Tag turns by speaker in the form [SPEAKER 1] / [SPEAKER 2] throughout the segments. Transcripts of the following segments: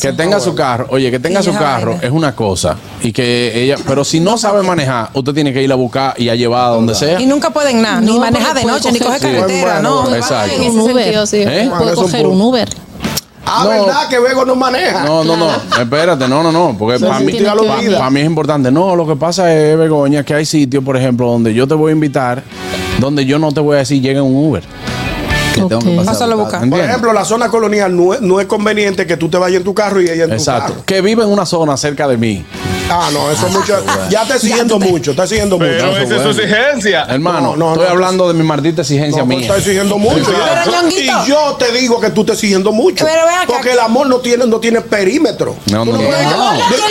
[SPEAKER 1] Que tenga su carro, oye, que tenga
[SPEAKER 2] Y
[SPEAKER 1] su
[SPEAKER 2] esa
[SPEAKER 1] carro
[SPEAKER 2] vaina.
[SPEAKER 1] es una cosa. Y que ella, pero si no sabe manejar, usted tiene que ir a buscar y a llevar a donde sea.
[SPEAKER 2] Y nunca pueden nada, ni
[SPEAKER 3] No,
[SPEAKER 2] maneja
[SPEAKER 3] porque
[SPEAKER 2] de
[SPEAKER 3] puede
[SPEAKER 2] noche, ni coge
[SPEAKER 3] coger-
[SPEAKER 2] carretera,
[SPEAKER 4] Sí,
[SPEAKER 2] no.
[SPEAKER 4] bueno,
[SPEAKER 1] Exacto.
[SPEAKER 3] En ese
[SPEAKER 4] Un Uber.
[SPEAKER 3] sentido, sí.
[SPEAKER 1] ¿Eh?
[SPEAKER 3] Puede
[SPEAKER 4] Eso
[SPEAKER 3] coger
[SPEAKER 4] puedo.
[SPEAKER 3] un Uber.
[SPEAKER 4] Ah,
[SPEAKER 1] No.
[SPEAKER 4] ¿verdad? Que Vego no maneja.
[SPEAKER 1] No, no, no, espérate, no, no, no, porque
[SPEAKER 4] Se
[SPEAKER 1] para mí,
[SPEAKER 4] sintió
[SPEAKER 1] pa-
[SPEAKER 4] aludida.
[SPEAKER 1] pa' mí es importante. No, lo que pasa es, Begoña, que hay sitios, por ejemplo, donde yo te voy a invitar, donde yo no te voy a decir, llega un Uber. Que tengo que
[SPEAKER 3] Ok.
[SPEAKER 1] pasar.
[SPEAKER 2] Pásalo a buscar.
[SPEAKER 1] ¿Entiendes?
[SPEAKER 4] Por ejemplo, la zona colonial no es, no es conveniente que tú te vayas en tu carro y ella en tu
[SPEAKER 1] Exacto.
[SPEAKER 4] carro.
[SPEAKER 1] Que vive en una zona cerca de mí.
[SPEAKER 4] Ah, no, eso es mucho. Ya te siguiendo mucho, está siguiendo
[SPEAKER 5] Pero
[SPEAKER 4] mucho.
[SPEAKER 5] esa es su exigencia.
[SPEAKER 1] Hermano,
[SPEAKER 4] No, no,
[SPEAKER 1] estoy
[SPEAKER 4] no.
[SPEAKER 1] hablando de mi maldita exigencia
[SPEAKER 4] No, tú
[SPEAKER 1] mía.
[SPEAKER 4] estás exigiendo mucho. ya.
[SPEAKER 2] Pero, Ñonguito.
[SPEAKER 4] y yo te digo que tú estás exigiendo mucho.
[SPEAKER 2] Pero ven acá.
[SPEAKER 4] Porque el amor no tiene, no tiene perímetro.
[SPEAKER 1] No,
[SPEAKER 4] Tú
[SPEAKER 1] no, no.
[SPEAKER 4] puedes-
[SPEAKER 1] No, no
[SPEAKER 4] Tú-
[SPEAKER 2] tiene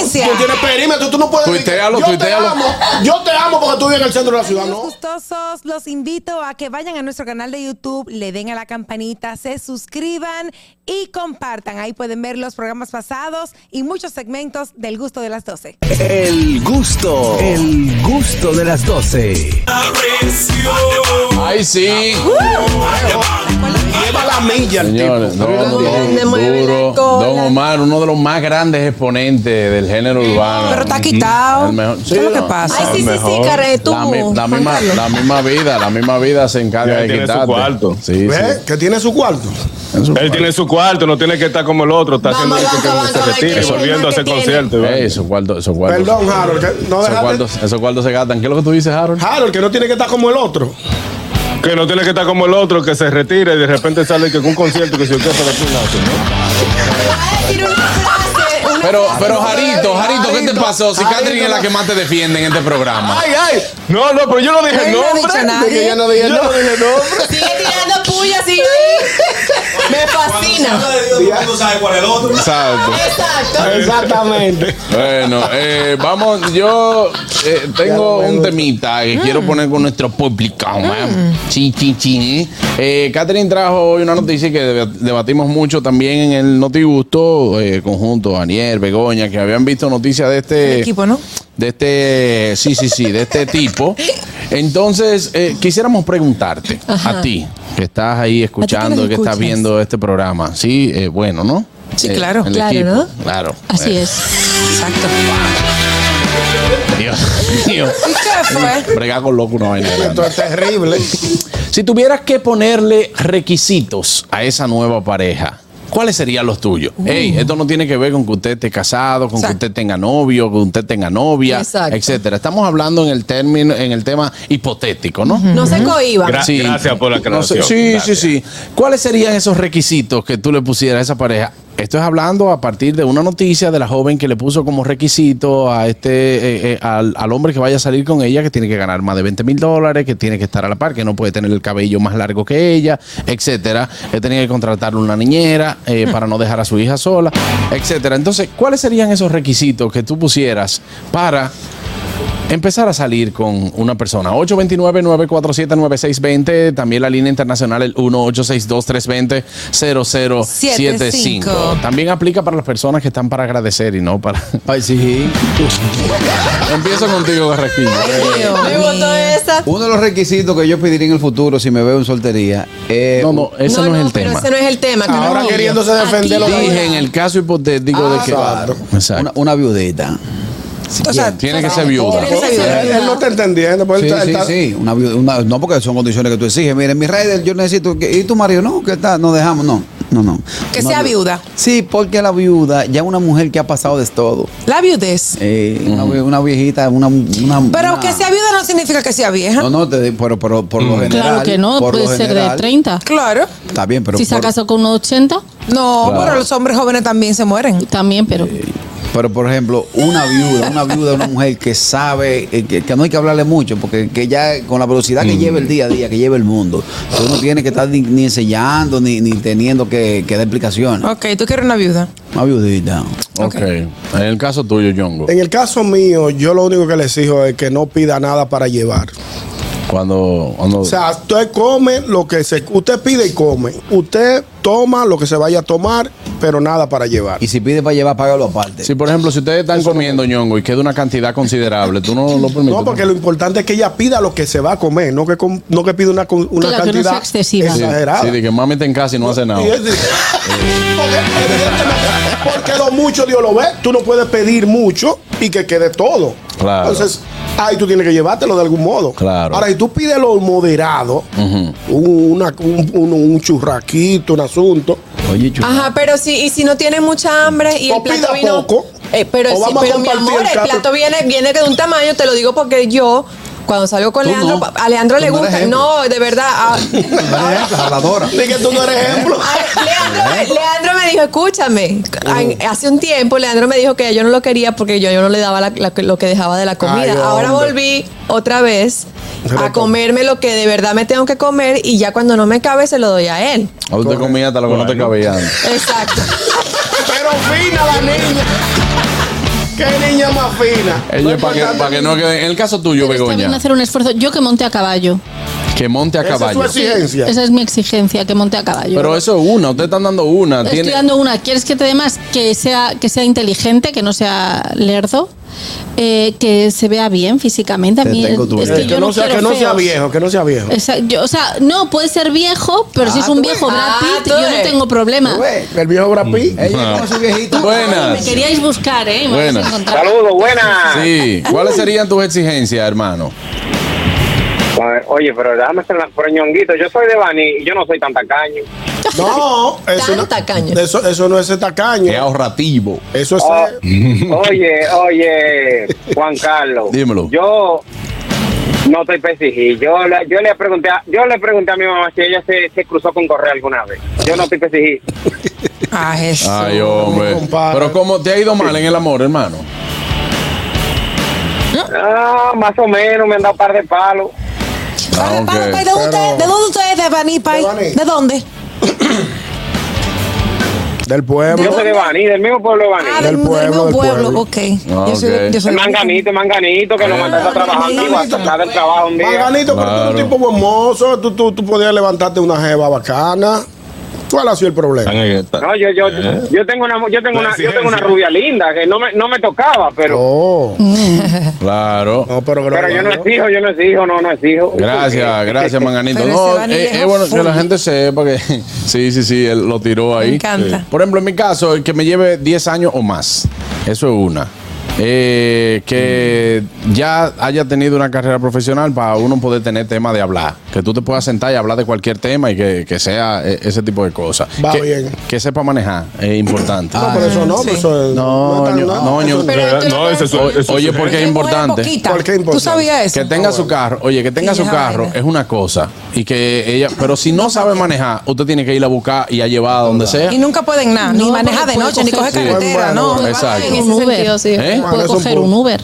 [SPEAKER 2] exigencia.
[SPEAKER 4] Tú tienes perímetro, tú no puedes. decir que
[SPEAKER 1] Tuitealo,
[SPEAKER 4] yo
[SPEAKER 1] tuitealo.
[SPEAKER 4] Te amo, yo te amo porque tú vives en el centro de la ciudad,
[SPEAKER 6] Amigos
[SPEAKER 4] ¿no?
[SPEAKER 6] gustosos, los invito a que vayan a nuestro canal de YouTube, le den a la campanita, se suscriban y compartan. Ahí pueden ver los programas pasados y muchos segmentos del gusto de las 12.
[SPEAKER 7] El gusto, el gusto de las 12.
[SPEAKER 1] Ay, sí.
[SPEAKER 4] Lleva la milla el
[SPEAKER 1] Señores,
[SPEAKER 4] tipo.
[SPEAKER 1] no, no, duro. Don Omar, uno de los más grandes exponentes del género urbano.
[SPEAKER 2] Pero está
[SPEAKER 1] Ujú.
[SPEAKER 2] quitado.
[SPEAKER 1] El mejor-
[SPEAKER 2] ¿Qué es lo que pasa?
[SPEAKER 3] Ay, sí, sí, sí, Care, tú,
[SPEAKER 1] La, mi- la
[SPEAKER 3] Juan
[SPEAKER 1] misma,
[SPEAKER 3] Carlos.
[SPEAKER 1] la misma vida, la misma vida se encarga
[SPEAKER 5] Ya
[SPEAKER 1] de
[SPEAKER 5] tiene su
[SPEAKER 1] quitarte.
[SPEAKER 5] cuarto.
[SPEAKER 1] Sí, sí.
[SPEAKER 4] ¿Ves? Que tiene su cuarto.
[SPEAKER 1] En su
[SPEAKER 5] Él
[SPEAKER 1] cuarto.
[SPEAKER 5] tiene su cuarto, no tiene que estar como el otro, está
[SPEAKER 3] Vamos,
[SPEAKER 5] haciendo que
[SPEAKER 3] banca,
[SPEAKER 5] se
[SPEAKER 3] banca,
[SPEAKER 5] retire,
[SPEAKER 3] banca, que
[SPEAKER 5] volviendo a hacer
[SPEAKER 3] tiene.
[SPEAKER 5] conciertos. ¿verdad?
[SPEAKER 1] Ey, su cuarto, su cuarto.
[SPEAKER 4] Perdón, Harold. que no
[SPEAKER 1] Esos
[SPEAKER 4] dejaste-
[SPEAKER 1] cuartos, esos cuartos se gastan. ¿Qué es lo que tú dices, Harold?
[SPEAKER 4] Harold, que no tiene que estar como el otro.
[SPEAKER 5] Que no tiene que estar como el otro, que se retire y de repente sale que con un concierto que se orquesta de chulazo, ¿no?
[SPEAKER 1] Pero, pero Jarito, Jarito, ¿qué te pasó? Si Catherine es la que más te defiende en este programa.
[SPEAKER 4] Ay, ay.
[SPEAKER 5] No, no, pero yo no dije
[SPEAKER 2] Él no ha
[SPEAKER 5] nombre.
[SPEAKER 2] dicho nada.
[SPEAKER 4] De que yo no dije no.
[SPEAKER 3] Sigue tirando puya, sigue ahí. Me fascina.
[SPEAKER 1] Exacto.
[SPEAKER 3] Exacto.
[SPEAKER 4] Exactamente.
[SPEAKER 1] Bueno, eh, vamos, yo eh, tengo un temita que quiero poner con nuestro público. man. Sí, sí, sí. Eh, Catherine trajo hoy una noticia que deba- debatimos mucho también en el Notigusto, eh, conjunto, Aniel, Begoña, que habían visto noticias de este...
[SPEAKER 2] El equipo, ¿no?
[SPEAKER 1] De este, sí, sí, sí, de este tipo. Entonces, eh, quisiéramos preguntarte a ti, que estás ahí escuchando,
[SPEAKER 2] nos
[SPEAKER 1] que estás
[SPEAKER 2] escuchas?
[SPEAKER 1] viendo este programa. Sí, eh, bueno, ¿no?
[SPEAKER 2] Sí,
[SPEAKER 1] Eh,
[SPEAKER 2] claro.
[SPEAKER 1] el
[SPEAKER 3] Claro,
[SPEAKER 1] equipo,
[SPEAKER 3] ¿no?
[SPEAKER 1] Claro.
[SPEAKER 3] Así
[SPEAKER 1] Eh,
[SPEAKER 3] es.
[SPEAKER 2] Exacto.
[SPEAKER 1] Dios mío.
[SPEAKER 2] ¿Y qué fue?
[SPEAKER 1] Bregar con loco una vaina grande.
[SPEAKER 4] Esto es terrible.
[SPEAKER 1] Si tuvieras que ponerle requisitos a esa nueva pareja, ¿cuáles serían los tuyos? Ey, esto no tiene que ver con que usted esté casado, con
[SPEAKER 2] Exacto.
[SPEAKER 1] que usted tenga novio, con que usted tenga novia,
[SPEAKER 3] Exacto.
[SPEAKER 1] etcétera. Estamos hablando en el término, en el tema hipotético, ¿no?
[SPEAKER 3] No se cohiban.
[SPEAKER 5] Gra- Gracias por la
[SPEAKER 1] No sé,
[SPEAKER 5] aclaración.
[SPEAKER 1] sí,
[SPEAKER 5] Gracias.
[SPEAKER 1] sí, sí. ¿Cuáles serían esos requisitos que tú le pusieras a esa pareja? Esto es hablando a partir de una noticia de la joven que le puso como requisito a este eh, eh, al, al hombre que vaya a salir con ella que tiene que ganar más de 20 mil dólares, que tiene que estar a la par, que no puede tener el cabello más largo que ella, etcétera, que tenía que contratarle una niñera eh, para no dejar a su hija sola, etcétera. Entonces, ¿cuáles serían esos requisitos que tú pusieras para empezar a salir con una persona. 829-947-9620. También la línea internacional, el 1-862-320-0075. También aplica para las personas que están para agradecer y no para.
[SPEAKER 8] Ay, sí.
[SPEAKER 1] Empiezo contigo, Garraquín.
[SPEAKER 3] Me gustó esa.
[SPEAKER 8] Uno de los requisitos que yo pediría en el futuro si me veo en soltería es.
[SPEAKER 1] Eh, No, no, ese no, es el
[SPEAKER 3] pero
[SPEAKER 1] tema.
[SPEAKER 3] ese no es el tema. que
[SPEAKER 4] Ahora
[SPEAKER 3] no.
[SPEAKER 4] queriéndose defender
[SPEAKER 3] Aquí.
[SPEAKER 4] lo
[SPEAKER 1] Dije en el caso hipotético de que.
[SPEAKER 4] claro.
[SPEAKER 1] Exacto.
[SPEAKER 8] Una, una viudeta.
[SPEAKER 2] O sea,
[SPEAKER 1] tiene que ser viuda.
[SPEAKER 2] Tiene que ser viuda.
[SPEAKER 4] Él, él no está entendiendo. pues
[SPEAKER 8] Sí,
[SPEAKER 4] él está-
[SPEAKER 8] sí,
[SPEAKER 4] está-
[SPEAKER 8] sí. Una viuda, una- no, porque son condiciones que tú exiges. Miren, mi rey, yo necesito. Que, ¿Y tu marido? No, que está, nos dejamos. No, no, no.
[SPEAKER 2] Que
[SPEAKER 8] No,
[SPEAKER 2] sea
[SPEAKER 8] yo-
[SPEAKER 2] viuda.
[SPEAKER 8] Sí, porque la viuda, ya una mujer que ha pasado de todo.
[SPEAKER 2] La viudez.
[SPEAKER 8] Eh, una, vie- una viejita, una. una-
[SPEAKER 2] Pero
[SPEAKER 8] una-
[SPEAKER 2] que sea viuda no significa que sea vieja.
[SPEAKER 8] No, no, te di- pero, pero por lo general.
[SPEAKER 3] Claro que no,
[SPEAKER 8] por lo
[SPEAKER 3] puede ser de
[SPEAKER 8] general,
[SPEAKER 3] 30.
[SPEAKER 2] Claro.
[SPEAKER 8] Está bien, pero.
[SPEAKER 3] Si se
[SPEAKER 8] por-
[SPEAKER 3] casó con unos 80,
[SPEAKER 2] No, pero los hombres jóvenes también se mueren.
[SPEAKER 3] también, pero.
[SPEAKER 8] Pero, por ejemplo, una viuda, una viuda, una mujer que sabe, eh, que, que no hay que hablarle mucho, porque que ya con la velocidad que lleva el día a día, que lleva el mundo, tú no tienes que estar ni, ni enseñando, ni, ni teniendo que, que dar
[SPEAKER 6] Ah.
[SPEAKER 8] explicaciones.
[SPEAKER 2] Ok, tú quieres una viuda.
[SPEAKER 8] Una viudita.
[SPEAKER 1] Ok. En el caso tuyo, Jongo.
[SPEAKER 4] En el caso mío, yo lo único que le exijo es que no pida nada para llevar.
[SPEAKER 1] Cuando, cuando
[SPEAKER 4] O sea, usted come lo que se, usted pide y come. Usted toma lo que se vaya a tomar, pero nada para llevar.
[SPEAKER 8] Y si pide para llevar, págalo aparte.
[SPEAKER 1] si por ejemplo, si ustedes están comiendo ñongo y queda una cantidad considerable, tú no lo permites.
[SPEAKER 4] No, porque lo importante es que ella pida lo que se va a comer, no que, com- no que pida una, co- una
[SPEAKER 3] Claro, que no
[SPEAKER 4] cantidad
[SPEAKER 3] sea excesiva.
[SPEAKER 1] Sí,
[SPEAKER 4] exagerada.
[SPEAKER 1] sí, de que mami está en casa y no Eh. hace nada.
[SPEAKER 4] Y es de- porque, evidentemente, porque lo mucho Dios lo ve. Tú no puedes pedir mucho y que quede todo.
[SPEAKER 1] Claro.
[SPEAKER 4] Entonces, ahí tú tienes que llevártelo de algún modo.
[SPEAKER 1] Claro.
[SPEAKER 4] Ahora, si tú pides lo moderado, una- un, un- un churraquito, un asunto,
[SPEAKER 8] Oye,
[SPEAKER 9] Ah.
[SPEAKER 8] chulo.
[SPEAKER 3] Ajá, pero si, y si no tiene mucha hambre y
[SPEAKER 4] O
[SPEAKER 3] el plato
[SPEAKER 4] pida
[SPEAKER 3] vino.
[SPEAKER 4] poco,
[SPEAKER 3] Eh, pero
[SPEAKER 4] o
[SPEAKER 3] sí,
[SPEAKER 4] vamos a
[SPEAKER 3] pero mi
[SPEAKER 4] compartir
[SPEAKER 3] amor,
[SPEAKER 4] el
[SPEAKER 3] el
[SPEAKER 4] plato.
[SPEAKER 3] plato viene, viene de un tamaño, te lo digo porque yo. Cuando salgo con
[SPEAKER 8] Tú
[SPEAKER 3] Leandro,
[SPEAKER 8] no.
[SPEAKER 3] pa- a Leandro
[SPEAKER 8] Tú
[SPEAKER 3] le
[SPEAKER 8] no eres
[SPEAKER 3] gusta.
[SPEAKER 8] ejemplo.
[SPEAKER 3] No, de verdad. ah,
[SPEAKER 8] Por ejemplo, habladora.
[SPEAKER 4] de que tú no eres ejemplo.
[SPEAKER 3] Ay, Leandro, Leandro me dijo, escúchame. Ay, hace un tiempo Leandro me dijo que yo no lo quería porque yo, yo no le daba la- la- lo que dejaba de la comida.
[SPEAKER 4] Ay,
[SPEAKER 3] Ahora
[SPEAKER 4] hombre.
[SPEAKER 3] volví otra vez a
[SPEAKER 4] Retom-
[SPEAKER 3] comerme lo que de verdad me tengo que comer y ya cuando no me cabe se lo doy a él.
[SPEAKER 1] A usted comía hasta lo que no te cabía antes.
[SPEAKER 3] Exacto.
[SPEAKER 4] Pero fina la niña. Qué niña más fina.
[SPEAKER 1] Ella para que, pa' que no quede. En el caso tuyo,
[SPEAKER 9] Pero está bien
[SPEAKER 1] Begoña,
[SPEAKER 9] hacer un esfuerzo. Yo que monte a caballo.
[SPEAKER 1] que monte a
[SPEAKER 4] Esa es su
[SPEAKER 1] caballo.
[SPEAKER 4] exigencia.
[SPEAKER 9] Esa es mi exigencia, que monte a caballo.
[SPEAKER 1] Pero eso es una, ustedes están dando una.
[SPEAKER 9] Estoy
[SPEAKER 1] tiene-
[SPEAKER 9] dando una. ¿Quieres que te dé más? Que sea, que sea inteligente, que no sea lerdo, eh, que se vea bien físicamente. A
[SPEAKER 8] Te
[SPEAKER 9] mí
[SPEAKER 8] tengo tu
[SPEAKER 9] es
[SPEAKER 4] Eh,
[SPEAKER 9] que
[SPEAKER 4] que
[SPEAKER 9] yo
[SPEAKER 4] no
[SPEAKER 9] no
[SPEAKER 4] sea, que
[SPEAKER 9] quiero
[SPEAKER 4] no sea
[SPEAKER 9] feos.
[SPEAKER 4] viejo, que no sea viejo.
[SPEAKER 9] Esa- yo, o sea, no, puede ser viejo, pero si es un viejo Brad
[SPEAKER 3] Ah,
[SPEAKER 9] Pitt,
[SPEAKER 3] tú
[SPEAKER 9] yo no
[SPEAKER 3] ves.
[SPEAKER 9] tengo problema.
[SPEAKER 8] Tú ves,
[SPEAKER 4] El viejo Brad Pitt.
[SPEAKER 8] Ella es como su viejito.
[SPEAKER 9] Me
[SPEAKER 1] Buenas.
[SPEAKER 9] queríais buscar, ¿eh? Me vais a
[SPEAKER 1] Buenas.
[SPEAKER 9] encontrar.
[SPEAKER 10] Saludos, buenas.
[SPEAKER 1] Sí. ¿Cuáles serían tus exigencias, hermano?
[SPEAKER 10] Bueno, Oye, pero déjame hacer una pero, ñonguito, Yo soy de Bani y yo no soy tan tacaño.
[SPEAKER 1] Mm.
[SPEAKER 4] No, eso
[SPEAKER 3] Tan
[SPEAKER 4] no,
[SPEAKER 3] tacaño.
[SPEAKER 4] eso, eso no es ser tacaño.
[SPEAKER 1] Es ahorrativo.
[SPEAKER 4] Eso es.
[SPEAKER 10] Oh,
[SPEAKER 4] ser-
[SPEAKER 10] oye, oye, Juan Carlos.
[SPEAKER 1] Dímelo.
[SPEAKER 10] Yo no estoy pesijil. Yo, le- yo le pregunté, a, yo le pregunté a mi mamá si ella se, se cruzó con correa alguna vez. Yo no estoy pesijil.
[SPEAKER 2] Ah, Jesús.
[SPEAKER 1] Ay, hombre.
[SPEAKER 4] compara.
[SPEAKER 1] Pero ¿cómo te ha ido mal en el amor, hermano?
[SPEAKER 10] Ah, más o menos me han dado un par de palos.
[SPEAKER 1] Ah, ok.
[SPEAKER 6] ¿De dónde usted- de dónde usted es de Baní, Pai?
[SPEAKER 4] Baní.
[SPEAKER 6] ¿De dónde?
[SPEAKER 4] Del pueblo.
[SPEAKER 10] Yo soy de Bani, del mismo pueblo de Bani.
[SPEAKER 2] Ah,
[SPEAKER 4] Del
[SPEAKER 2] del, mu- del
[SPEAKER 4] pueblo,
[SPEAKER 2] mismo
[SPEAKER 4] del
[SPEAKER 2] pueblo.
[SPEAKER 4] pueblo.
[SPEAKER 2] Ok.
[SPEAKER 1] Ah,
[SPEAKER 2] Yo soy de-
[SPEAKER 1] ok.
[SPEAKER 2] yo soy de-
[SPEAKER 10] manganito, manganito, que lo
[SPEAKER 1] Eh.
[SPEAKER 10] mandan trabajando y
[SPEAKER 2] Manganito.
[SPEAKER 10] hasta del trabajo un día.
[SPEAKER 4] Marganito, pero tú
[SPEAKER 1] Claro.
[SPEAKER 4] eres un tipo hermoso. Tú, tú, tú podías levantarte una jeva bacana. ¿Cuál ha sido el problema?
[SPEAKER 10] No, yo, yo, yo tengo una,
[SPEAKER 5] Eh. La
[SPEAKER 10] yo tengo una, yo tengo
[SPEAKER 5] exigencia.
[SPEAKER 10] una rubia linda que no me, no me tocaba, pero,
[SPEAKER 4] Oh,
[SPEAKER 1] Claro.
[SPEAKER 4] no, pero,
[SPEAKER 10] pero yo no exijo, yo no exijo, no, no exijo.
[SPEAKER 1] Gracias, gracias, Manganito.
[SPEAKER 2] Pero
[SPEAKER 1] No,
[SPEAKER 2] ese Dani
[SPEAKER 1] eh,
[SPEAKER 2] dejó
[SPEAKER 1] es bueno que
[SPEAKER 2] full.
[SPEAKER 1] la gente sepa que sí, sí, sí, él lo tiró ahí.
[SPEAKER 2] encanta.
[SPEAKER 1] Sí. Por ejemplo, en mi caso, el que me lleve 10 años o más. Eso es una. Eh, que ya haya tenido una carrera profesional para uno poder tener tema de hablar. Que tú te puedas sentar y hablar de cualquier tema y que, que sea eh, ese tipo de cosas.
[SPEAKER 4] Va
[SPEAKER 1] que,
[SPEAKER 4] bien. Ah,
[SPEAKER 1] que sepa manejar, es importante.
[SPEAKER 4] No, pero eso no, pero eso es-
[SPEAKER 1] No,
[SPEAKER 4] es tan-
[SPEAKER 1] ño- no, ño-
[SPEAKER 4] eso
[SPEAKER 2] Pero tú
[SPEAKER 5] No,
[SPEAKER 2] no
[SPEAKER 5] eso, eso, eso-
[SPEAKER 1] Oye,
[SPEAKER 5] eso-
[SPEAKER 1] porque es
[SPEAKER 2] Qué buena
[SPEAKER 1] importante.
[SPEAKER 2] boquita.
[SPEAKER 4] ¿Por qué
[SPEAKER 2] ¿Tú
[SPEAKER 4] importante?
[SPEAKER 2] sabías eso?
[SPEAKER 1] Que tenga su carro, oye, que tenga
[SPEAKER 2] Sí,
[SPEAKER 1] su
[SPEAKER 2] esa
[SPEAKER 1] carro
[SPEAKER 2] vaina.
[SPEAKER 1] es una cosa. Y que ella, pero si no sabe manejar, usted tiene que ir a buscar y a llevar a donde sea.
[SPEAKER 2] Y nunca pueden nada, ni
[SPEAKER 9] No,
[SPEAKER 2] manejar
[SPEAKER 9] porque
[SPEAKER 6] pues,
[SPEAKER 2] de noche,
[SPEAKER 9] puede
[SPEAKER 2] ni coger
[SPEAKER 9] coger-
[SPEAKER 4] Sí.
[SPEAKER 2] carretera,
[SPEAKER 4] Bueno,
[SPEAKER 2] no.
[SPEAKER 4] bueno,
[SPEAKER 1] Exacto.
[SPEAKER 9] En un
[SPEAKER 3] ese
[SPEAKER 9] Uber.
[SPEAKER 3] sentido, sí.
[SPEAKER 1] ¿Eh?
[SPEAKER 9] Puedo
[SPEAKER 4] Eso es un
[SPEAKER 9] coger un
[SPEAKER 4] punto.
[SPEAKER 9] Uber.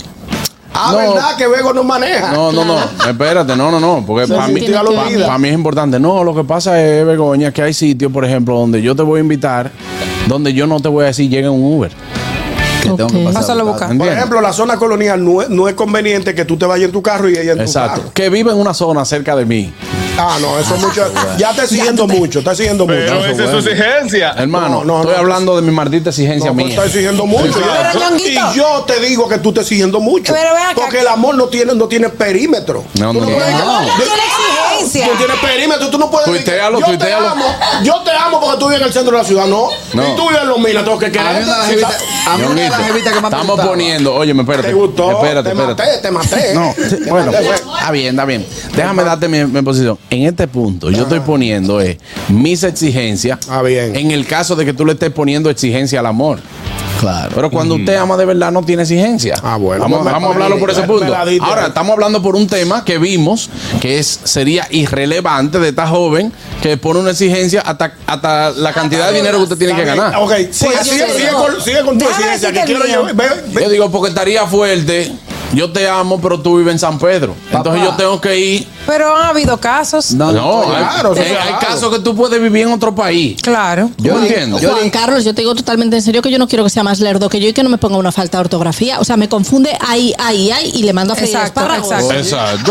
[SPEAKER 4] Ah,
[SPEAKER 1] No.
[SPEAKER 4] ¿verdad? Que Bego no maneja.
[SPEAKER 1] No, no, no, espérate, no, no, no, porque
[SPEAKER 4] Se
[SPEAKER 1] para mí,
[SPEAKER 4] sintió aludida.
[SPEAKER 1] para mí es importante. No, lo que pasa es, Begoña, que hay sitios, por ejemplo, donde yo te voy a invitar, donde yo no te voy a decir, llega un Uber.
[SPEAKER 8] Que tengo que
[SPEAKER 9] Ok.
[SPEAKER 8] pasar
[SPEAKER 2] Pásalo a buscar.
[SPEAKER 4] Por
[SPEAKER 1] ¿Entiendes?
[SPEAKER 4] ejemplo, la zona colonial no es, no es conveniente que tú te vayas en tu carro y ella en tu
[SPEAKER 1] Exacto.
[SPEAKER 4] carro.
[SPEAKER 1] Que vive en una zona cerca de mí.
[SPEAKER 4] Ah, no, eso es mucho. Ya te siguiendo mucho, está siguiendo mucho.
[SPEAKER 5] Pero esa es su exigencia.
[SPEAKER 1] Hermano,
[SPEAKER 4] No, no,
[SPEAKER 1] estoy
[SPEAKER 4] no.
[SPEAKER 1] hablando de mi maldita exigencia
[SPEAKER 4] No, pero
[SPEAKER 1] mía.
[SPEAKER 4] está exigiendo mucho. ya.
[SPEAKER 2] Pero, Ñonguito.
[SPEAKER 4] y yo te digo que tú te exigiendo mucho.
[SPEAKER 2] Pero ven acá.
[SPEAKER 4] porque el amor no tiene, no tiene perímetro.
[SPEAKER 1] No,
[SPEAKER 4] Tú
[SPEAKER 1] no, no.
[SPEAKER 4] puedes-
[SPEAKER 2] No tiene exigencia.
[SPEAKER 4] Tú no tienes perímetro, tú no puedes. decir,
[SPEAKER 1] Tuitealo,
[SPEAKER 4] yo
[SPEAKER 1] tuitealo.
[SPEAKER 4] Te amo, yo te amo porque tú vives en el centro de la ciudad, no.
[SPEAKER 1] No.
[SPEAKER 4] Y tú vives en los minas, tengo que
[SPEAKER 8] A mí
[SPEAKER 4] querer.
[SPEAKER 8] una de las jevitas- a mí una de las
[SPEAKER 1] Ñonguito,
[SPEAKER 8] jevitas que más me
[SPEAKER 1] Estamos
[SPEAKER 8] gustaba.
[SPEAKER 1] poniendo, oye, espérate.
[SPEAKER 4] Te gustó,
[SPEAKER 1] Espérate,
[SPEAKER 4] te
[SPEAKER 1] espérate.
[SPEAKER 4] maté, te maté.
[SPEAKER 1] No, sí,
[SPEAKER 4] Te
[SPEAKER 1] bueno, pues,
[SPEAKER 4] maté.
[SPEAKER 1] está bien, está bien. Déjame darte mi, mi posición. En este punto, yo estoy poniendo eh, mis exigencias.
[SPEAKER 4] Ah, bien.
[SPEAKER 1] En el caso de que tú le estés poniendo exigencia al amor.
[SPEAKER 8] Claro.
[SPEAKER 1] Pero cuando usted ama de verdad, no tiene exigencia.
[SPEAKER 4] Ah, bueno.
[SPEAKER 1] Vamos,
[SPEAKER 4] Me-
[SPEAKER 1] vamos a hablarlo por ese
[SPEAKER 4] me-
[SPEAKER 1] punto.
[SPEAKER 4] me la diste.
[SPEAKER 1] Ahora, estamos hablando por un tema que vimos que es, sería irrelevante de esta joven que pone una exigencia hasta, hasta la cantidad de dinero que usted tiene que
[SPEAKER 4] Está bien,
[SPEAKER 1] ganar.
[SPEAKER 4] Ok, sigue,
[SPEAKER 2] Pues yo
[SPEAKER 4] sigue,
[SPEAKER 2] te
[SPEAKER 4] sigue
[SPEAKER 2] digo.
[SPEAKER 4] con, sigue con tu
[SPEAKER 2] Déjame
[SPEAKER 4] exigencia. Que
[SPEAKER 2] decirte el
[SPEAKER 4] quiero
[SPEAKER 2] mío.
[SPEAKER 4] llevar. ve- ve-
[SPEAKER 1] Yo digo, porque estaría fuerte. Yo te amo, pero tú vives en San Pedro. Entonces yo tengo que ir
[SPEAKER 6] Pero han habido casos.
[SPEAKER 1] No, claro, hay, hay casos que tú puedes vivir en otro país.
[SPEAKER 6] Claro.
[SPEAKER 1] Yo entiendo.
[SPEAKER 9] Juan Carlos, yo te digo totalmente en serio que yo no quiero que sea más lerdo que yo y que no me ponga una falta de ortografía. O sea, me confunde ahí, ahí, ahí y le mando a freír
[SPEAKER 6] Exacto,
[SPEAKER 9] espárragos.
[SPEAKER 1] Exacto.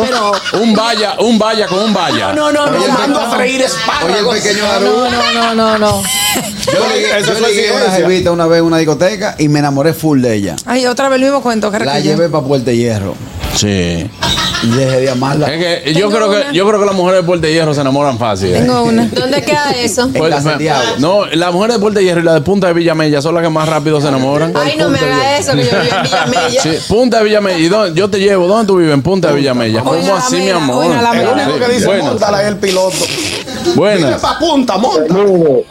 [SPEAKER 1] un vaya, un vaya con un vaya.
[SPEAKER 9] No, no, no,
[SPEAKER 1] Oye,
[SPEAKER 9] no,
[SPEAKER 1] mando
[SPEAKER 9] no.
[SPEAKER 1] a freír espárragos.
[SPEAKER 8] Oye, el pequeño
[SPEAKER 9] No, no, no, no, no.
[SPEAKER 8] Yo ligué,
[SPEAKER 5] Esa
[SPEAKER 8] yo
[SPEAKER 5] es la
[SPEAKER 8] ligué a una
[SPEAKER 5] ciencia.
[SPEAKER 8] jevita una vez en una discoteca y me enamoré full de ella.
[SPEAKER 6] Ay, otra vez el mismo cuento, que
[SPEAKER 8] La
[SPEAKER 6] requillo.
[SPEAKER 8] llevé para Puerto Hierro.
[SPEAKER 1] Sí.
[SPEAKER 8] Y dejé de amarla.
[SPEAKER 1] Es que yo creo que yo creo que las mujeres de Puerto Hierro se enamoran fácil. ¿eh?
[SPEAKER 6] Tengo una.
[SPEAKER 3] ¿Dónde queda eso?
[SPEAKER 8] En
[SPEAKER 1] Pues,
[SPEAKER 8] la Santiago.
[SPEAKER 1] no, las mujeres de Puerto Hierro y las de Punta de Villamella son las que más rápido se enamoran.
[SPEAKER 3] Ay, no me haga eso, que yo vivo en Villamella.
[SPEAKER 1] Sí, Punta de Villamella. ¿Y dónde- yo te llevo. ¿Dónde tú vives? En Punta de Villamella.
[SPEAKER 6] O en
[SPEAKER 1] ¿Cómo así, mi
[SPEAKER 6] Alameda,
[SPEAKER 1] amor?
[SPEAKER 6] o en
[SPEAKER 4] El
[SPEAKER 6] Alameda.
[SPEAKER 4] único que dice,
[SPEAKER 1] Buenas.
[SPEAKER 4] montala es el piloto. Dime
[SPEAKER 1] Buenas.
[SPEAKER 4] pa' punta, monta.
[SPEAKER 5] Saludos.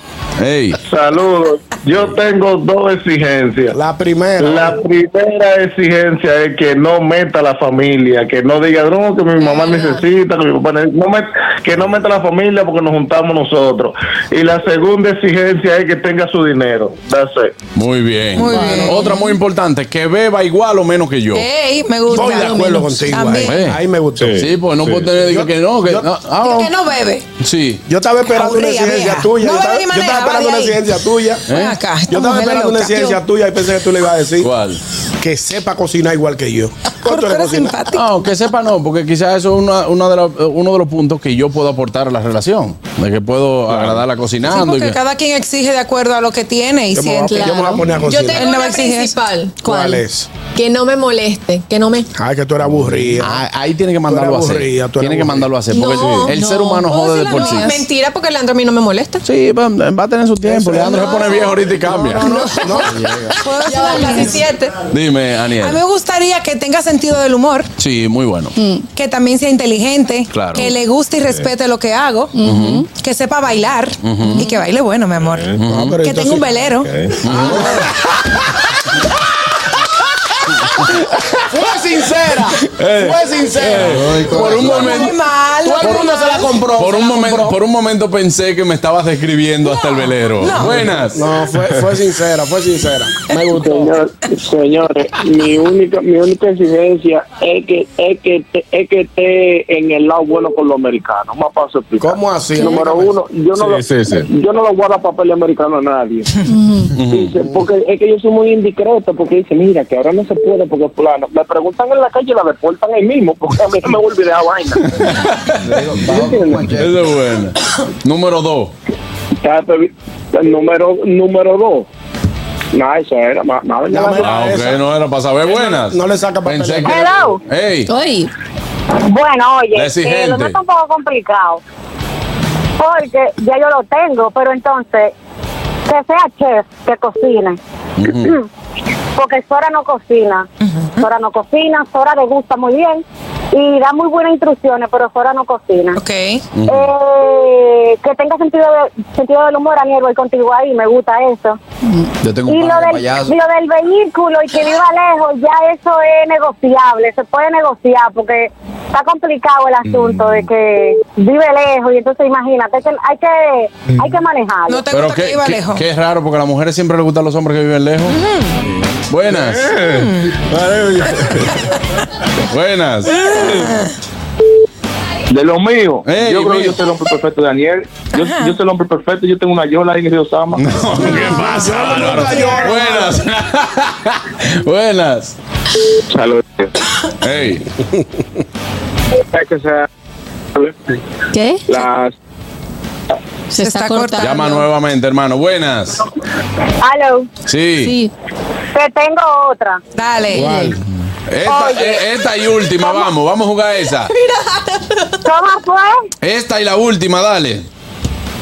[SPEAKER 1] Ey.
[SPEAKER 5] Saludos. Yo tengo dos exigencias.
[SPEAKER 4] La primera.
[SPEAKER 5] La primera exigencia es que no meta a la familia, que no diga no, que mi mamá necesita, que mi papá necesita, no met- que no meta a la familia porque nos juntamos nosotros. Y la segunda exigencia es que tenga su dinero. That's it.
[SPEAKER 1] Muy bien.
[SPEAKER 6] Muy bien. Eh.
[SPEAKER 1] Otra muy importante, que beba igual o menos que yo.
[SPEAKER 6] Ey, me gusta.
[SPEAKER 4] Estoy de acuerdo contigo. Ahí.
[SPEAKER 6] También.
[SPEAKER 1] Eh.
[SPEAKER 4] Ahí me gustó.
[SPEAKER 1] Sí, porque no
[SPEAKER 5] Sí.
[SPEAKER 1] puedo tener digo
[SPEAKER 4] Yo-
[SPEAKER 1] que no, que
[SPEAKER 4] yo-
[SPEAKER 1] no. Ah,
[SPEAKER 6] Que no bebe.
[SPEAKER 1] Sí.
[SPEAKER 4] Yo estaba esperando una
[SPEAKER 6] Aburrida,
[SPEAKER 4] exigencia
[SPEAKER 6] vieja.
[SPEAKER 4] tuya.
[SPEAKER 6] No
[SPEAKER 4] yo, estaba,
[SPEAKER 6] bebe ni
[SPEAKER 4] yo estaba
[SPEAKER 6] manera,
[SPEAKER 4] esperando
[SPEAKER 6] va
[SPEAKER 4] una
[SPEAKER 6] de ahí.
[SPEAKER 4] exigencia tuya.
[SPEAKER 6] Ven acá, esta
[SPEAKER 4] Yo estaba
[SPEAKER 6] mujer
[SPEAKER 4] esperando una
[SPEAKER 6] loca.
[SPEAKER 4] exigencia
[SPEAKER 6] Yo-
[SPEAKER 4] tuya y pensé que tú le ibas a decir
[SPEAKER 1] ¿Cuál?
[SPEAKER 4] que sepa cocinar igual que yo. ¿Cuánto
[SPEAKER 6] Porque
[SPEAKER 4] le
[SPEAKER 6] eres
[SPEAKER 4] cocinas?
[SPEAKER 6] simpático.
[SPEAKER 1] No, que Ah, sepa no, porque quizás eso es una, una de la- uno de los puntos que yo puedo aportar a la relación. De que puedo agradarla
[SPEAKER 6] Sí,
[SPEAKER 1] cocinando. y
[SPEAKER 6] porque
[SPEAKER 1] que-
[SPEAKER 6] cada quien exige de acuerdo a lo que tiene y
[SPEAKER 4] Yo me, voy a,
[SPEAKER 6] siente.
[SPEAKER 4] yo me voy a poner a
[SPEAKER 3] Yo
[SPEAKER 4] cocinar.
[SPEAKER 3] tengo
[SPEAKER 6] Él no va a
[SPEAKER 3] una
[SPEAKER 6] exigir eso.
[SPEAKER 3] principal.
[SPEAKER 4] ¿Cuál es?
[SPEAKER 3] Que no me moleste, que no me...
[SPEAKER 4] Ay, que tú eres aburrida.
[SPEAKER 1] Ah, ahí tiene que mandarlo a hacer.
[SPEAKER 4] aburrida, tú eres
[SPEAKER 1] Tiene que
[SPEAKER 4] aburrida.
[SPEAKER 1] mandarlo a hacer. Porque
[SPEAKER 3] No,
[SPEAKER 1] el
[SPEAKER 3] no.
[SPEAKER 1] ser humano
[SPEAKER 3] ¿Puedo
[SPEAKER 1] jode de
[SPEAKER 3] decir la
[SPEAKER 1] por sí.
[SPEAKER 3] no? Mentira, porque Leandro a mí no me molesta.
[SPEAKER 1] Sí, va, va a tener su tiempo. Leandro se pone viejo ahorita y cambia.
[SPEAKER 4] No,
[SPEAKER 6] ¿Puedo decir
[SPEAKER 3] Ya van
[SPEAKER 6] algo?
[SPEAKER 3] casi siete.
[SPEAKER 1] Dime,
[SPEAKER 6] A mí me
[SPEAKER 1] Aniel.
[SPEAKER 6] gustaría que tenga sentido del humor,
[SPEAKER 1] Sí, muy bueno.
[SPEAKER 6] que también sea inteligente,
[SPEAKER 1] Claro.
[SPEAKER 6] que le guste y respete lo que hago, que sepa bailar y que baile bueno, mi amor.
[SPEAKER 4] no, pero
[SPEAKER 6] Que tenga un
[SPEAKER 4] entonces-
[SPEAKER 6] velero.
[SPEAKER 4] Fue sincera. Fue sincera.
[SPEAKER 8] Ay,
[SPEAKER 1] Por un
[SPEAKER 8] corazón.
[SPEAKER 6] Muy
[SPEAKER 1] momento.
[SPEAKER 6] mal.
[SPEAKER 4] Todo el mundo se la compró.
[SPEAKER 1] Por
[SPEAKER 4] se
[SPEAKER 1] un,
[SPEAKER 4] la
[SPEAKER 1] momen-
[SPEAKER 4] compró.
[SPEAKER 1] por un momento pensé que me estabas describiendo hasta el velero. Buenas.
[SPEAKER 4] No, fue, fue sincera, fue sincera. Me gustó.
[SPEAKER 11] Señor, señores, mi única mi única exigencia es que es que te- es que esté en el lado bueno con los americanos. Más paso explicar.
[SPEAKER 4] ¿Cómo así?
[SPEAKER 11] Número
[SPEAKER 10] pues.
[SPEAKER 4] Explícame.
[SPEAKER 11] uno, yo no,
[SPEAKER 5] Sí,
[SPEAKER 11] lo,
[SPEAKER 5] sí, sí.
[SPEAKER 11] yo no lo guardo papel americano a nadie. Dice, porque es que yo soy muy indiscreto, porque dice, mira, que ahora no se puede porque plano. Me preguntan en la calle y la deportan ahí mismo, porque a mí no me vuelve la vaina.
[SPEAKER 8] Le digo, bajo con guachete.
[SPEAKER 1] Eso es bueno. Número dos.
[SPEAKER 11] Ya, pero, número, número dos. Nada, eso era. Más, más
[SPEAKER 4] Ya me-
[SPEAKER 1] Ah, ok,
[SPEAKER 4] Esa.
[SPEAKER 1] no era para saber. Buenas.
[SPEAKER 4] no le saca papel.
[SPEAKER 1] Pensé que.
[SPEAKER 12] Hello.
[SPEAKER 1] Ey.
[SPEAKER 9] Oye,
[SPEAKER 12] Bueno,
[SPEAKER 1] La
[SPEAKER 12] oye,
[SPEAKER 1] exigente.
[SPEAKER 12] eh, lo mío está un poco complicado. Porque ya yo lo tengo, pero entonces, que sea chef, que cocine. Porque Sora no cocina. Sora no cocina, Sora degusta muy bien y da muy buenas instrucciones, pero Sora no cocina.
[SPEAKER 6] Ok.
[SPEAKER 12] Eh, que tenga sentido de- sentido del humor, Aniel, voy contigo ahí, me gusta eso.
[SPEAKER 8] Yo tengo
[SPEAKER 12] Y
[SPEAKER 8] un
[SPEAKER 12] lo
[SPEAKER 8] par de
[SPEAKER 12] del,
[SPEAKER 8] payasos.
[SPEAKER 12] lo del vehículo y que viva lejos, ya eso es negociable, se puede negociar porque está complicado el asunto de que vive lejos y entonces imagínate, hay que, hay que, hay que manejarlo.
[SPEAKER 6] No te
[SPEAKER 1] Pero
[SPEAKER 6] gusta que
[SPEAKER 1] qué,
[SPEAKER 6] viva
[SPEAKER 1] qué-
[SPEAKER 6] lejos.
[SPEAKER 1] qué es raro, porque a las mujeres siempre les gustan los hombres que viven lejos. Buenas.
[SPEAKER 4] Eh.
[SPEAKER 1] Buenas.
[SPEAKER 11] De lo mío,
[SPEAKER 1] Ey,
[SPEAKER 11] yo creo
[SPEAKER 1] mío.
[SPEAKER 11] que yo soy el hombre perfecto, Daniel. Yo, yo soy el hombre perfecto, yo tengo una yola ahí en Río Sama.
[SPEAKER 1] ¿Qué pasa, Álvaro? Buenas. Buenas.
[SPEAKER 11] Saludos.
[SPEAKER 1] Ey.
[SPEAKER 11] Hay que ser-
[SPEAKER 9] ¿qué?
[SPEAKER 11] Las
[SPEAKER 9] Se está cortando.
[SPEAKER 1] Llama nuevamente, hermano. Buenas.
[SPEAKER 12] Aló,
[SPEAKER 1] Sí.
[SPEAKER 9] Sí.
[SPEAKER 12] te tengo otra.
[SPEAKER 6] Dale.
[SPEAKER 1] Esta, e- esta y última, vamos. Vamos a jugar esa.
[SPEAKER 12] ¿Cómo fue?
[SPEAKER 1] Esta y la última, dale.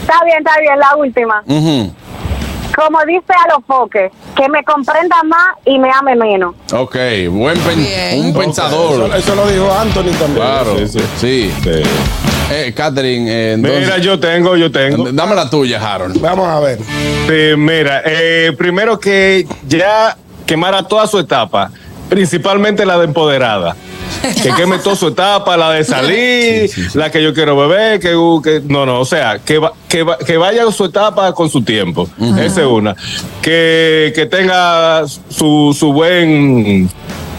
[SPEAKER 12] Está bien, está bien, la última.
[SPEAKER 1] Ujú.
[SPEAKER 12] Como dice a los foques, que me comprenda más y me ame menos.
[SPEAKER 1] Ok, buen pen-
[SPEAKER 6] Bien.
[SPEAKER 1] un
[SPEAKER 4] Eso,
[SPEAKER 1] pensador.
[SPEAKER 4] eso lo dijo Anthony también.
[SPEAKER 1] Claro.
[SPEAKER 5] Sí, sí.
[SPEAKER 1] Sí. Eh, Catherine, eh, entonces- eh,
[SPEAKER 5] Mira, yo tengo, yo tengo.
[SPEAKER 1] Dame la tuya, Harold.
[SPEAKER 4] Vamos a ver.
[SPEAKER 5] Sí, mira, eh, primero que ya quemara toda su etapa, principalmente la de empoderada. Que queme toda su etapa, la de salir, la que yo quiero beber, que, uh, que- no, no, o sea, que, va- que, va- que vaya su etapa con su tiempo. Esa es una. Que, que tenga su, su buen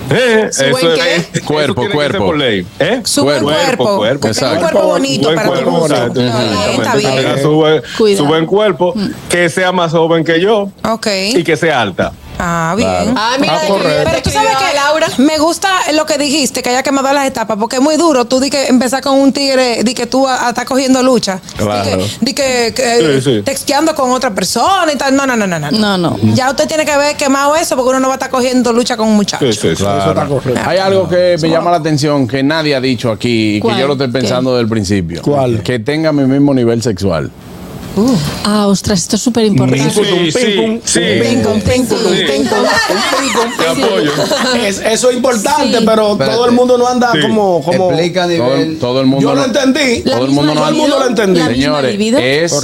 [SPEAKER 5] Eh,
[SPEAKER 1] ¿Su buen
[SPEAKER 5] eso es-
[SPEAKER 1] qué?
[SPEAKER 5] eso tiene
[SPEAKER 1] Cuerpo,
[SPEAKER 5] que ser
[SPEAKER 1] cuerpo.
[SPEAKER 5] por ley. ¿Eh?
[SPEAKER 1] Su buen cuerpo. Que tenga un
[SPEAKER 5] Exacto.
[SPEAKER 1] cuerpo bonito
[SPEAKER 5] Buen
[SPEAKER 1] para tu
[SPEAKER 5] cuerpo,
[SPEAKER 1] boda.
[SPEAKER 5] exacto.
[SPEAKER 1] Ujú.
[SPEAKER 5] Exactamente.
[SPEAKER 1] Está bien.
[SPEAKER 5] Que tenga Su buen, su buen cuerpo, que sea más joven que yo
[SPEAKER 6] Ok.
[SPEAKER 5] y que sea alta.
[SPEAKER 6] Ah, bien.
[SPEAKER 5] Claro. Ah, mira, Ah, correcto.
[SPEAKER 6] pero tú sabes que, Laura, me gusta lo que dijiste, que haya quemado las etapas, porque es muy duro. Tú di que empezar con un tigre, di que tú a- a- estás cogiendo lucha.
[SPEAKER 5] Claro.
[SPEAKER 6] Di que,
[SPEAKER 5] Sí,
[SPEAKER 6] que
[SPEAKER 5] sí.
[SPEAKER 6] texteando con otra persona y tal. No, no, no, no, no.
[SPEAKER 9] No, no.
[SPEAKER 6] Ya usted tiene que haber quemado eso, porque uno no va a estar cogiendo lucha con un muchacho.
[SPEAKER 1] Hay algo que me llama la atención que nadie ha dicho aquí y que
[SPEAKER 6] ¿Cuál?
[SPEAKER 1] yo lo estoy pensando del principio. ¿Cuál? Que tenga mi mismo nivel sexual.
[SPEAKER 9] Ah, ostras, esto es súper importante.
[SPEAKER 1] Sí, sí, sí.
[SPEAKER 4] Es- eso es importante,
[SPEAKER 9] Sí.
[SPEAKER 4] pero todo el mundo no anda
[SPEAKER 1] Sí.
[SPEAKER 4] como, como.
[SPEAKER 1] Explica Todo, todo el mundo.
[SPEAKER 4] Yo lo entendí.
[SPEAKER 1] Todo el mundo, no-
[SPEAKER 4] todo el mundo lo entendí.
[SPEAKER 1] Señores, eh, es,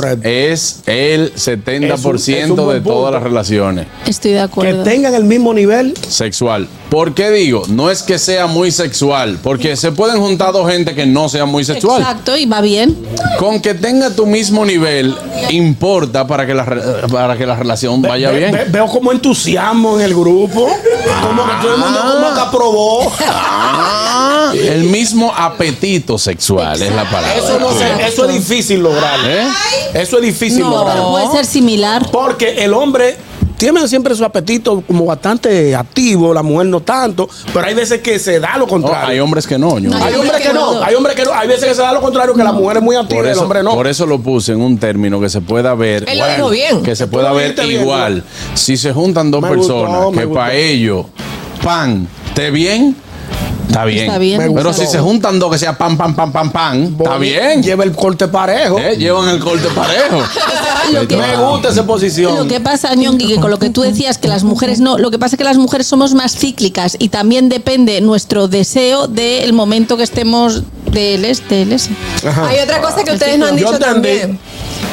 [SPEAKER 1] es el 70%
[SPEAKER 4] Es un- es un
[SPEAKER 1] de
[SPEAKER 4] buen punto.
[SPEAKER 1] todas las relaciones.
[SPEAKER 9] Estoy de
[SPEAKER 4] que
[SPEAKER 9] acuerdo.
[SPEAKER 4] tengan el mismo nivel.
[SPEAKER 1] Sexual. ¿Por qué digo? No es que sea muy sexual, porque se pueden juntar dos gente que no sea muy sexual.
[SPEAKER 9] Exacto, y va bien.
[SPEAKER 1] Con que tenga tu mismo nivel, importa para que la, re- para que la relación vaya
[SPEAKER 4] Ve-
[SPEAKER 1] bien.
[SPEAKER 4] ve- veo como entusiasmo en el grupo. Como que todo el mundo
[SPEAKER 1] Ah.
[SPEAKER 4] como que aprobó.
[SPEAKER 1] El mismo apetito sexual es la palabra.
[SPEAKER 4] Eso, no se- eso es difícil lograrlo.
[SPEAKER 1] Eh.
[SPEAKER 4] Eso es difícil
[SPEAKER 9] No,
[SPEAKER 4] lograrlo.
[SPEAKER 9] puede ser similar.
[SPEAKER 4] Porque el hombre tiene siempre su apetito como bastante activo, la mujer no tanto, pero hay veces que se da lo
[SPEAKER 1] Oh,
[SPEAKER 4] contrario.
[SPEAKER 1] hay hombres que no, ño.
[SPEAKER 4] Hay hombres que no, hay hombres que no, hay veces que se da lo contrario, que la mujer es muy activa
[SPEAKER 1] Por
[SPEAKER 4] y el
[SPEAKER 1] eso,
[SPEAKER 4] hombre no.
[SPEAKER 1] por eso lo puse en un término que se pueda ver.
[SPEAKER 4] Él lo dijo bien.
[SPEAKER 1] Que se
[SPEAKER 4] Tú
[SPEAKER 1] pueda
[SPEAKER 4] lo
[SPEAKER 1] ver
[SPEAKER 4] dijiste bien,
[SPEAKER 1] igual. Si se juntan dos
[SPEAKER 4] Me
[SPEAKER 1] personas,
[SPEAKER 4] gustó, me
[SPEAKER 1] que
[SPEAKER 4] gustó.
[SPEAKER 1] para ellos, pan, ¿te bien? Está bien.
[SPEAKER 9] Está bien. Me
[SPEAKER 1] Pero
[SPEAKER 9] gustó.
[SPEAKER 1] si se juntan dos que sea pan, pan, pan, pan, pan, está bien.
[SPEAKER 4] Lleva el corte parejo.
[SPEAKER 1] Eh, Llevan el corte parejo.
[SPEAKER 9] Lo que-
[SPEAKER 4] Me gusta esa posición.
[SPEAKER 9] Lo que pasa, Ñongui, que con lo que tú decías que las mujeres no, lo que pasa es que las mujeres somos más cíclicas y también depende nuestro deseo del momento que estemos del este, del este.
[SPEAKER 1] Ah.
[SPEAKER 3] Hay otra cosa que ustedes no han dicho también.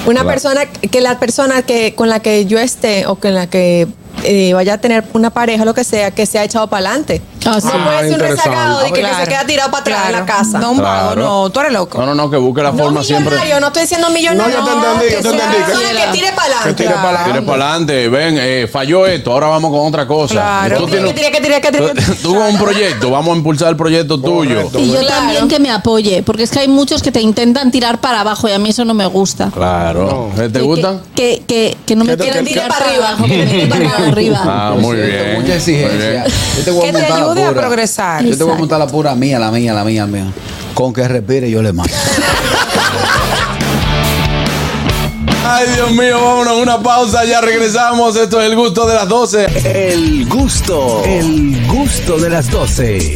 [SPEAKER 3] Una
[SPEAKER 9] Claro.
[SPEAKER 3] persona, que la persona que con la que yo esté o con la que eh, vaya a tener una pareja, lo que sea, que se ha echado para adelante.
[SPEAKER 1] Ah, sí.
[SPEAKER 3] No puede
[SPEAKER 1] Ah,
[SPEAKER 3] ser un
[SPEAKER 1] interesante.
[SPEAKER 3] rezagado de que, que
[SPEAKER 6] Claro.
[SPEAKER 3] se queda tirado para atrás en la casa.
[SPEAKER 6] No, un vago, no, tú eres loco.
[SPEAKER 1] No, no, no, que busque la forma siempre.
[SPEAKER 3] Yo no estoy diciendo millonario.
[SPEAKER 4] No, yo te entendí, yo te
[SPEAKER 3] Que sea
[SPEAKER 4] entendí.
[SPEAKER 3] una persona que tire para
[SPEAKER 1] Que
[SPEAKER 3] adelante.
[SPEAKER 1] tire para adelante. Ven, eh, falló esto, ahora vamos con otra cosa.
[SPEAKER 3] Claro.
[SPEAKER 1] Tú
[SPEAKER 3] Que tire,
[SPEAKER 1] tienes-
[SPEAKER 3] que tire, que tire, que tire.
[SPEAKER 1] tú- tú con un proyecto, vamos a impulsar el proyecto tuyo.
[SPEAKER 9] Y yo también que me apoye, porque es que hay muchos que te intentan tirar para abajo y a mí eso no me gusta.
[SPEAKER 1] Claro. ¿Eh, ¿Te
[SPEAKER 9] Que-
[SPEAKER 1] gustan?
[SPEAKER 9] Que, que, que no me
[SPEAKER 1] Que te-
[SPEAKER 9] quieran
[SPEAKER 1] que-
[SPEAKER 9] tirar para abajo, que me tiren para arriba.
[SPEAKER 1] Ah, muy bien.
[SPEAKER 8] Mucha exigencia.
[SPEAKER 1] Muy bien.
[SPEAKER 8] Yo te voy a
[SPEAKER 6] Que te
[SPEAKER 8] montar la
[SPEAKER 6] ayude a
[SPEAKER 8] pura.
[SPEAKER 6] progresar.
[SPEAKER 8] Yo te voy a montar la pura mía, la mía, la mía, la mía. Con que respire yo le mato.
[SPEAKER 1] Ay, Dios mío, vámonos, una pausa, ya regresamos. Esto es el gusto de las 12.
[SPEAKER 7] El gusto, el gusto de las 12.